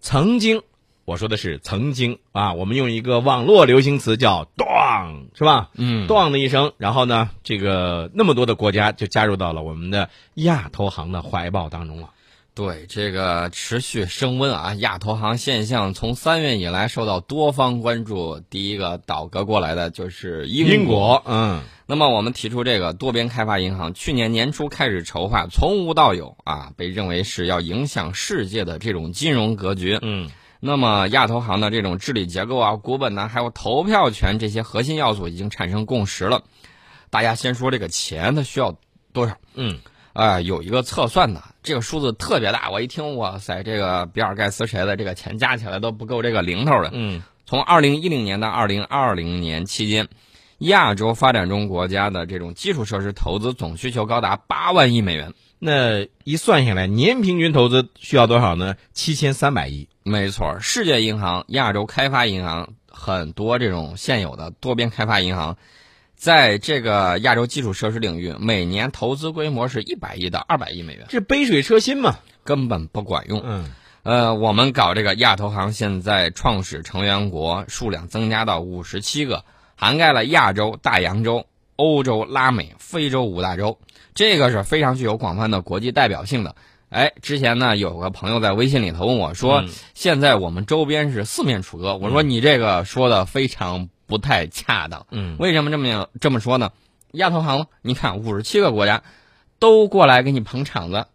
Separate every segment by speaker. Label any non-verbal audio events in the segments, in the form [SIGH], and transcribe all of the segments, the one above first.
Speaker 1: 曾经，我说的是曾经啊，我们用一个网络流行词叫“咣”，是吧？
Speaker 2: 嗯，
Speaker 1: 咣的一声，然后呢，这个那么多的国家就加入到了我们的亚投行的怀抱当中了。
Speaker 2: 对这个持续升温啊，亚投行现象从三月以来受到多方关注。第一个倒戈过来的就是英国。
Speaker 1: 英国，嗯，
Speaker 2: 那么我们提出这个多边开发银行，去年年初开始筹划，从无到有啊，被认为是要影响世界的这种金融格局。
Speaker 1: 嗯，
Speaker 2: 那么亚投行的这种治理结构啊、股本呐、还有投票权这些核心要素已经产生共识了。大家先说这个钱，它需要多少？
Speaker 1: 嗯，
Speaker 2: 啊、有一个测算的，这个数字特别大。我一听，哇塞，这个比尔盖茨谁的这个钱加起来都不够这个零头的。
Speaker 1: 嗯，
Speaker 2: 从二零一零年到二零二零年期间，亚洲发展中国家的这种基础设施投资总需求高达八万亿美元。
Speaker 1: 那一算下来，年平均投资需要多少呢？七千三百亿。
Speaker 2: 没错，世界银行、亚洲开发银行很多这种现有的多边开发银行，在这个亚洲基础设施领域，每年投资规模是一百亿到二百亿美元，
Speaker 1: 这杯水车薪嘛。
Speaker 2: 根本不管用。
Speaker 1: 嗯
Speaker 2: 呃，我们搞这个亚投行，现在创始成员国数量增加到五十七个，涵盖了亚洲、大洋洲、欧洲、拉美、非洲五大洲，这个是非常具有广泛的国际代表性的。哎，之前呢，有个朋友在微信里头问我说，
Speaker 1: 嗯
Speaker 2: 现在我们周边是四面楚歌，我说你这个说的非常不太恰当。
Speaker 1: 嗯，
Speaker 2: 为什么这么样这么说呢？亚投行，你看五十七个国家都过来给你捧场子，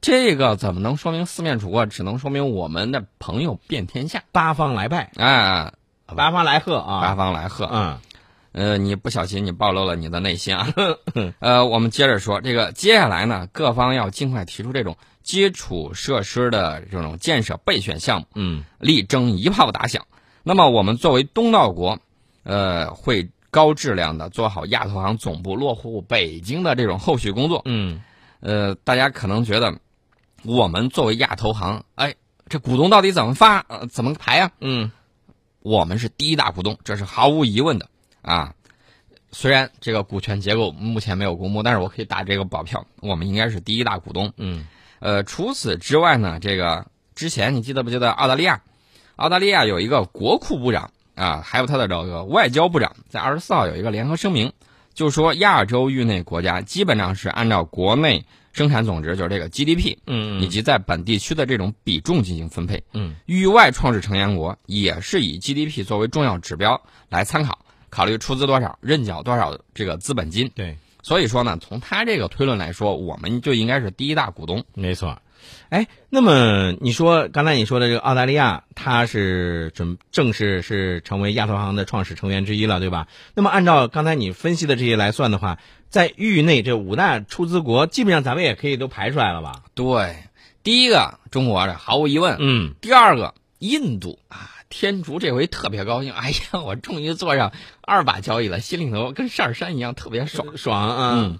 Speaker 2: 这个怎么能说明四面楚啊歌？只能说明我们的朋友遍天下
Speaker 1: 八方来拜，
Speaker 2: 啊，
Speaker 1: 八方来贺啊。
Speaker 2: 八方来贺。
Speaker 1: 嗯
Speaker 2: 呃，你不小心你暴露了你的内心啊。 [LAUGHS] 呃，我们接着说，这个接下来呢，各方要尽快提出这种基础设施的这种建设备选项目，
Speaker 1: 嗯
Speaker 2: 力争一炮打响。那么我们作为东道国，呃，会高质量的做好亚投行总部落户北京的这种后续工作。
Speaker 1: 嗯，
Speaker 2: 呃，大家可能觉得，我们作为亚投行，哎，这股东到底怎么发，呃、怎么排呀、
Speaker 1: 嗯，
Speaker 2: 我们是第一大股东，这是毫无疑问的啊。虽然这个股权结构目前没有公布，但是我可以打这个保票，我们应该是第一大股东。
Speaker 1: 嗯，
Speaker 2: 呃，除此之外呢，这个之前你记得不记得澳大利亚？澳大利亚有一个国库部长啊，还有他的这个外交部长，在二十四号有一个联合声明，就说亚洲域内国家基本上是按照国内生产总值，就是这个 GDP，
Speaker 1: 嗯
Speaker 2: 以及在本地区的这种比重进行分配。
Speaker 1: 嗯，
Speaker 2: 域外创始成员国也是以 GDP 作为重要指标来参考，考虑出资多少、认缴多少这个资本金。
Speaker 1: 对，
Speaker 2: 所以说呢，从他这个推论来说，我们就应该是第一大股东。
Speaker 1: 没错。哎，那么你说刚才你说的这个澳大利亚，它是准正式是成为亚投行的创始成员之一了，对吧？那么按照刚才你分析的这些来算的话，在域内这五大出资国，基本上咱们也可以都排出来了吧？
Speaker 2: 对，第一个中国的毫无疑问，
Speaker 1: 嗯
Speaker 2: 第二个印度啊，天竺这回特别高兴，哎呀，我终于坐上二把交椅了，心里头跟上山一样特别爽。
Speaker 1: 爽啊，，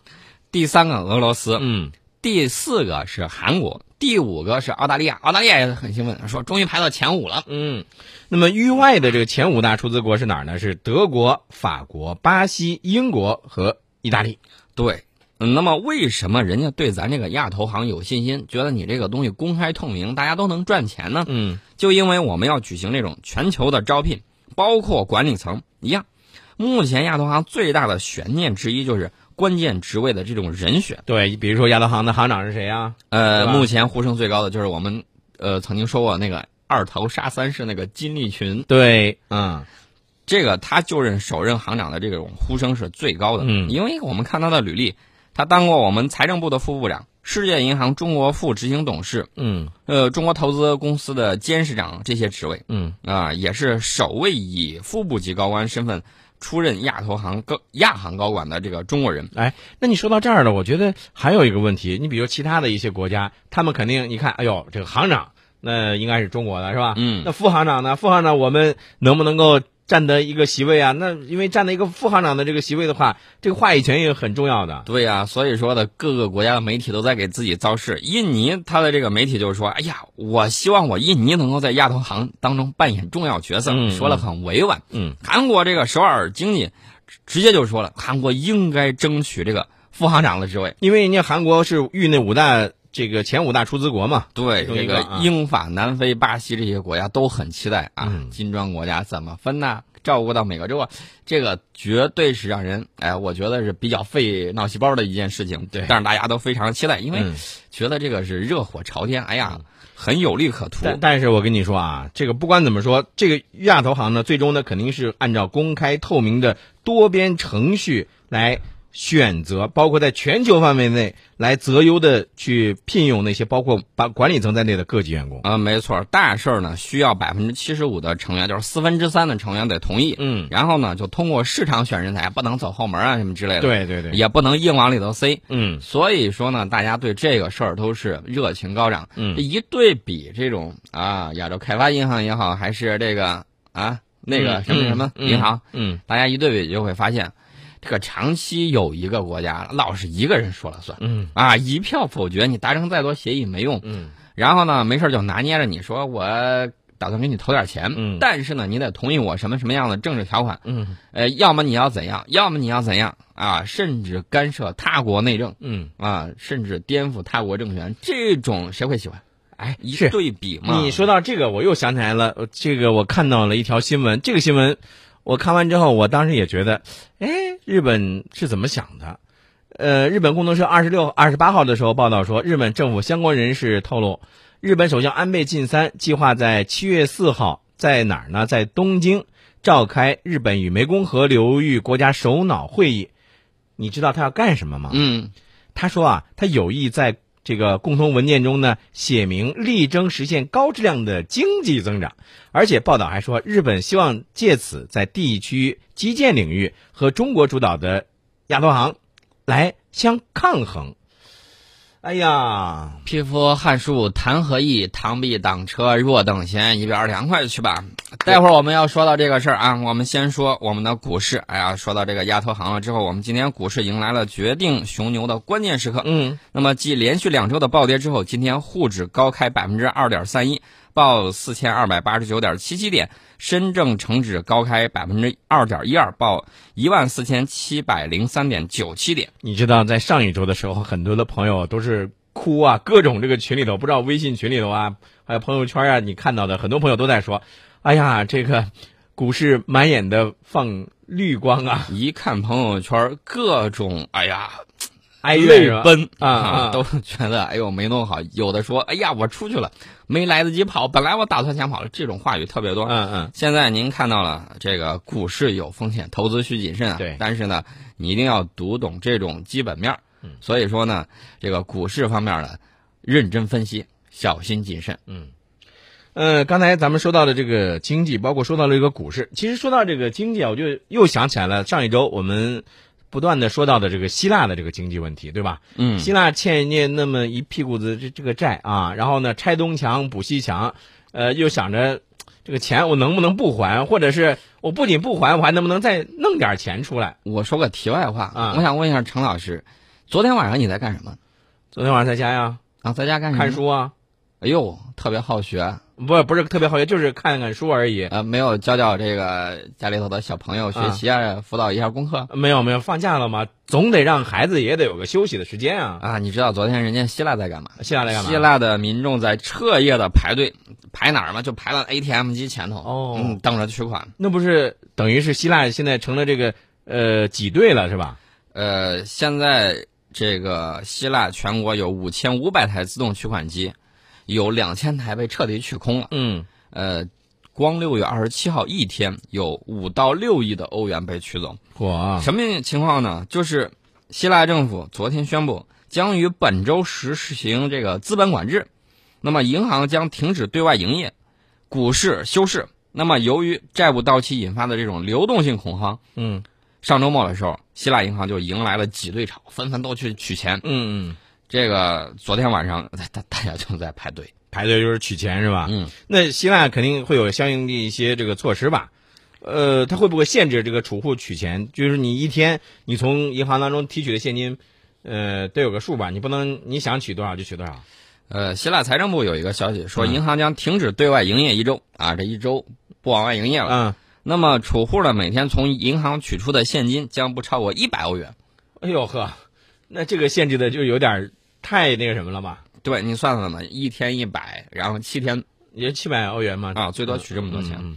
Speaker 2: 第三个俄罗斯，
Speaker 1: 嗯
Speaker 2: 第四个是韩国，第五个是澳大利亚，澳大利亚也很兴奋，说终于排到前五了。
Speaker 1: 嗯。那么域外的这个前五大出资国是哪儿呢？是德国、法国、巴西、英国和意大利。
Speaker 2: 对，嗯那么为什么人家对咱这个亚投行有信心，觉得你这个东西公开透明，大家都能赚钱呢？
Speaker 1: 嗯
Speaker 2: 就因为我们要举行这种全球的招聘，包括管理层一样。目前亚投行最大的悬念之一就是关键职位的这种人选。
Speaker 1: 对，比如说亚投行的行长是谁啊？
Speaker 2: 呃，
Speaker 1: 是吧
Speaker 2: 目前呼声最高的就是我们呃曾经说过那个二头杀三是那个金立群，
Speaker 1: 对，嗯
Speaker 2: 这个他就任首任行长的这种呼声是最高的。
Speaker 1: 嗯
Speaker 2: 因为我们看他的履历，他当过我们财政部的副部长、世界银行中国副执行董事、
Speaker 1: 嗯
Speaker 2: 呃中国投资公司的监事长这些职位。
Speaker 1: 嗯
Speaker 2: 啊、也是首位以副部级高官身份出任亚投行高亚行高管的这个中国人。
Speaker 1: 那你说到这儿了，我觉得还有一个问题，你比如其他的一些国家，他们肯定你看，哎呦，这个行长那应该是中国的是吧？
Speaker 2: 嗯
Speaker 1: 那副行长呢？副行长我们能不能够占得一个席位啊？那因为占得一个副行长的这个席位的话，这个话语权也很重要的。
Speaker 2: 对呀、所以说呢，各个国家的媒体都在给自己造势。印尼它的这个媒体就说：“哎呀，我希望我印尼能够在亚投行当中扮演重要角色。
Speaker 1: 嗯
Speaker 2: 说了很委婉。
Speaker 1: 嗯
Speaker 2: 韩国这个首尔经济直直接就说了，韩国应该争取这个副行长的职位。
Speaker 1: 因为人家韩国是域内五大这个前五大出资国嘛。
Speaker 2: 对
Speaker 1: 其中一
Speaker 2: 这
Speaker 1: 个
Speaker 2: 个
Speaker 1: 啊
Speaker 2: 英法南非巴西这些国家都很期待啊，
Speaker 1: 嗯
Speaker 2: 金砖国家怎么分呐、照顾到每个州啊，这个绝对是让人哎，我觉得是比较费脑细胞的一件事情。
Speaker 1: 对
Speaker 2: 但是大家都非常期待，因为
Speaker 1: 嗯
Speaker 2: 觉得这个是热火朝天，哎呀，很有利可图。
Speaker 1: 但但是我跟你说啊，这个不管怎么说，这个亚投行呢，最终呢肯定是按照公开透明的多边程序来选择，包括在全球范围内来择优的去聘用那些包括把管理层在内的各级员工。
Speaker 2: 呃，没错，大事儿呢需要百分之七十五的成员，就是四分之三的成员得同意，
Speaker 1: 嗯，
Speaker 2: 然后呢就通过市场选人才，哎不能走后门啊什么之类的，
Speaker 1: 对对对，
Speaker 2: 也不能硬往里头塞。
Speaker 1: 嗯
Speaker 2: 所以说呢，大家对这个事儿都是热情高涨。
Speaker 1: 嗯
Speaker 2: 这一对比，这种啊，亚洲开发银行也好，还是这个啊那个
Speaker 1: 嗯
Speaker 2: 什么什么
Speaker 1: 嗯
Speaker 2: 银行，
Speaker 1: 嗯
Speaker 2: 大家一对比就会发现，这个长期有一个国家老是一个人说了算
Speaker 1: 嗯
Speaker 2: 啊，一票否决，你达成再多协议没用。
Speaker 1: 嗯
Speaker 2: 然后呢，没事儿就拿捏着你说我。打算给你投点钱，
Speaker 1: 嗯
Speaker 2: 但是呢，你得同意我什么什么样的政治条款，
Speaker 1: 嗯
Speaker 2: 呃，要么你要怎样，要么你要怎样啊，甚至干涉他国内政，
Speaker 1: 嗯，
Speaker 2: 啊，甚至颠覆他国政权，这种谁会喜欢？哎，一
Speaker 1: 是
Speaker 2: 对比嘛，
Speaker 1: 你说到这个，我又想起来了，呃这个我看到了一条新闻，这个新闻我看完之后，我当时也觉得，哎，日本是怎么想的？呃，日本共同社二十六、二十八号的时候报道说，日本政府相关人士透露，日本首相安倍晋三计划在七月四号在哪儿呢？在东京召开日本与湄公河流域国家首脑会议。你知道他要干什么吗？
Speaker 2: 嗯，
Speaker 1: 他说啊，他有意在这个共同文件中呢写明力争实现高质量的经济增长，而且报道还说，日本希望借此在地区基建领域和中国主导的亚投行来相抗衡。哎呀，
Speaker 2: 匹夫撼树，谈何易？螳臂挡车，若等闲，一表二凉快去吧。待会儿我们要说到这个事儿啊，我们先说我们的股市。哎呀，说到这个亚投行了之后，我们今天股市迎来了决定雄牛的关键时刻。
Speaker 1: 嗯
Speaker 2: 那么，继连续两周的暴跌之后，今天沪指高开百分之二点三一，报四千二百八十九点七七点；深证成指高开百分之二点一二，报一万四千七百零三点九七点。
Speaker 1: 你知道在上一周的时候，很多的朋友都是哭啊，各种这个群里头，不知道微信群里头啊，还有朋友圈啊，你看到的很多朋友都在说，哎呀，这个股市满眼的放绿光啊，
Speaker 2: 一看朋友圈，各种哎呀，
Speaker 1: 哀怨
Speaker 2: 泪
Speaker 1: 是吧？
Speaker 2: 奔
Speaker 1: 啊啊
Speaker 2: [LAUGHS] 都觉得哎呦没弄好。有的说哎呀，我出去了，没来得及跑，本来我打算想跑了，这种话语特别多。
Speaker 1: 嗯
Speaker 2: 现在您看到了，这个股市有风险，投资需谨慎啊。
Speaker 1: 对
Speaker 2: 但是呢，你一定要读懂这种基本面儿。
Speaker 1: 嗯
Speaker 2: 所以说呢，这个股市方面呢，认真分析，小心谨慎。
Speaker 1: 嗯，呃，刚才咱们说到的这个经济，包括说到了这个股市，其实说到这个经济啊，我就又想起来了上一周我们不断的说到的这个希腊的这个经济问题，对吧？
Speaker 2: 嗯，
Speaker 1: 希腊欠人家那么一屁股子这这个债啊，然后呢拆东墙补西墙，呃，又想着这个钱我能不能不还，或者是我不仅不还，我还能不能再弄点钱出来？
Speaker 2: 我说个题外话，
Speaker 1: 啊
Speaker 2: 我想问一下程老师，昨天晚上你在干什么？
Speaker 1: 昨天晚上在家呀，
Speaker 2: 啊，在家干什么？
Speaker 1: 看。书啊，
Speaker 2: 哎呦，特别好学，
Speaker 1: 不不是特别好学，就是看看书而已。
Speaker 2: 呃，没有教教这个家里头的小朋友学习啊，辅导一下功课
Speaker 1: 没有没有，放假了嘛，总得让孩子也得有个休息的时间啊。
Speaker 2: 啊。你知道昨天人家希腊在干嘛？
Speaker 1: 希腊来干嘛？
Speaker 2: 希腊的民众在彻夜的排队，排哪儿嘛？就排到 ATM 机前头，
Speaker 1: 哦
Speaker 2: 嗯，等着取款。
Speaker 1: 那不是等于是希腊现在成了这个呃挤兑了是吧？
Speaker 2: 呃，现在这个希腊全国有五千五百台自动取款机，有两千台被彻底取空了。
Speaker 1: 嗯，
Speaker 2: 呃，光六月二十七号一天，有五到六亿的欧元被取走。
Speaker 1: 火啊
Speaker 2: 什么情况呢？就是希腊政府昨天宣布，将于本周实行这个资本管制，那么银行将停止对外营业，股市休市。那么由于债务到期引发的这种流动性恐慌，
Speaker 1: 嗯
Speaker 2: 上周末的时候，希腊银行就迎来了挤兑潮，纷纷都去取钱。
Speaker 1: 嗯嗯，
Speaker 2: 这个昨天晚上， [LAUGHS] 大大家就在排队。
Speaker 1: 排队就是取钱是吧？
Speaker 2: 嗯，
Speaker 1: 那希腊肯定会有相应的一些这个措施吧？呃，它会不会限制这个储户取钱？就是你一天你从银行当中提取的现金，呃，得有个数吧？你不能你想取多少就取多少。
Speaker 2: 呃，希腊财政部有一个消息说，
Speaker 1: 嗯
Speaker 2: 银行将停止对外营业一周啊，这一周不往外营业了。
Speaker 1: 嗯，
Speaker 2: 那么储户呢，每天从银行取出的现金将不超过一百欧元。
Speaker 1: 哎呦呵，那这个限制的就有点太那个什么了吧？
Speaker 2: 对你算算吧，一天一百，然后七天
Speaker 1: 也七百欧元嘛，
Speaker 2: 啊，最多取这么多钱。
Speaker 1: 嗯。嗯嗯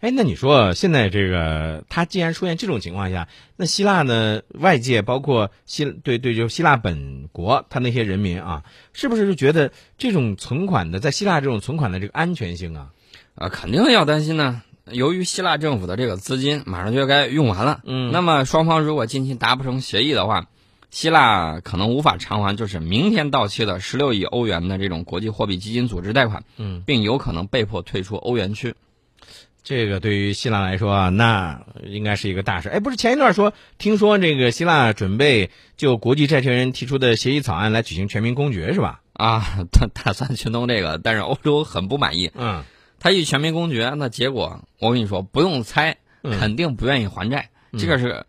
Speaker 1: 哎，那你说现在这个，它既然出现这种情况下，那希腊呢？外界包括希对对，就希腊本国，他那些人民啊，是不是就觉得这种存款的在希腊这种存款的这个安全性啊？
Speaker 2: 啊，肯定要担心呢。由于希腊政府的这个资金马上就该用完了，
Speaker 1: 嗯
Speaker 2: 那么双方如果近期达不成协议的话，希腊可能无法偿还就是明天到期的十六亿欧元的这种国际货币基金组织贷款，
Speaker 1: 嗯，
Speaker 2: 并有可能被迫退出欧元区。
Speaker 1: 这个对于希腊来说啊，那应该是一个大事。哎，不是前一段说，听说这个希腊准备就国际债权人提出的协议草案来举行全民公决是吧？
Speaker 2: 啊， [LAUGHS] 打打算去弄这个，但是欧洲很不满意。
Speaker 1: 嗯，
Speaker 2: 他一全民公决，那结果我跟你说，不用猜，
Speaker 1: 嗯
Speaker 2: 肯定不愿意还债，
Speaker 1: 嗯
Speaker 2: 这个是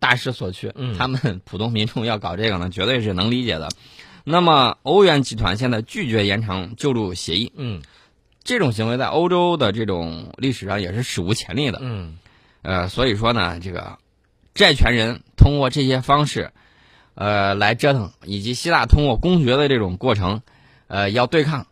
Speaker 2: 大势所趋。
Speaker 1: 嗯
Speaker 2: 他们普通民众要搞这个呢，绝 [LAUGHS] 对是能理解的。那么，欧元集团现在拒绝延长救助协议，
Speaker 1: 嗯
Speaker 2: 这种行为在欧洲的这种历史上也是史无前例的。
Speaker 1: 嗯
Speaker 2: 呃，所以说呢，这个债权人通过这些方式，呃，来折腾，以及希腊通过公决的这种过程，呃，要对抗，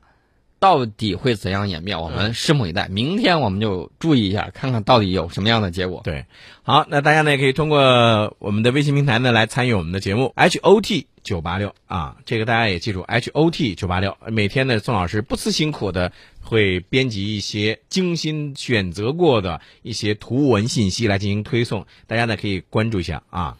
Speaker 2: 到底会怎样演变？我们拭目以待。明天我们就注意一下，看看到底有什么样的结果。
Speaker 1: 对，好，那大家呢也可以通过我们的微信平台呢来参与我们的节目 H O T 九八六啊，这个大家也记住 H O T 九八六。每天呢，宋老师不辞辛苦的会编辑一些精心选择过的一些图文信息来进行推送，大家呢可以关注一下啊。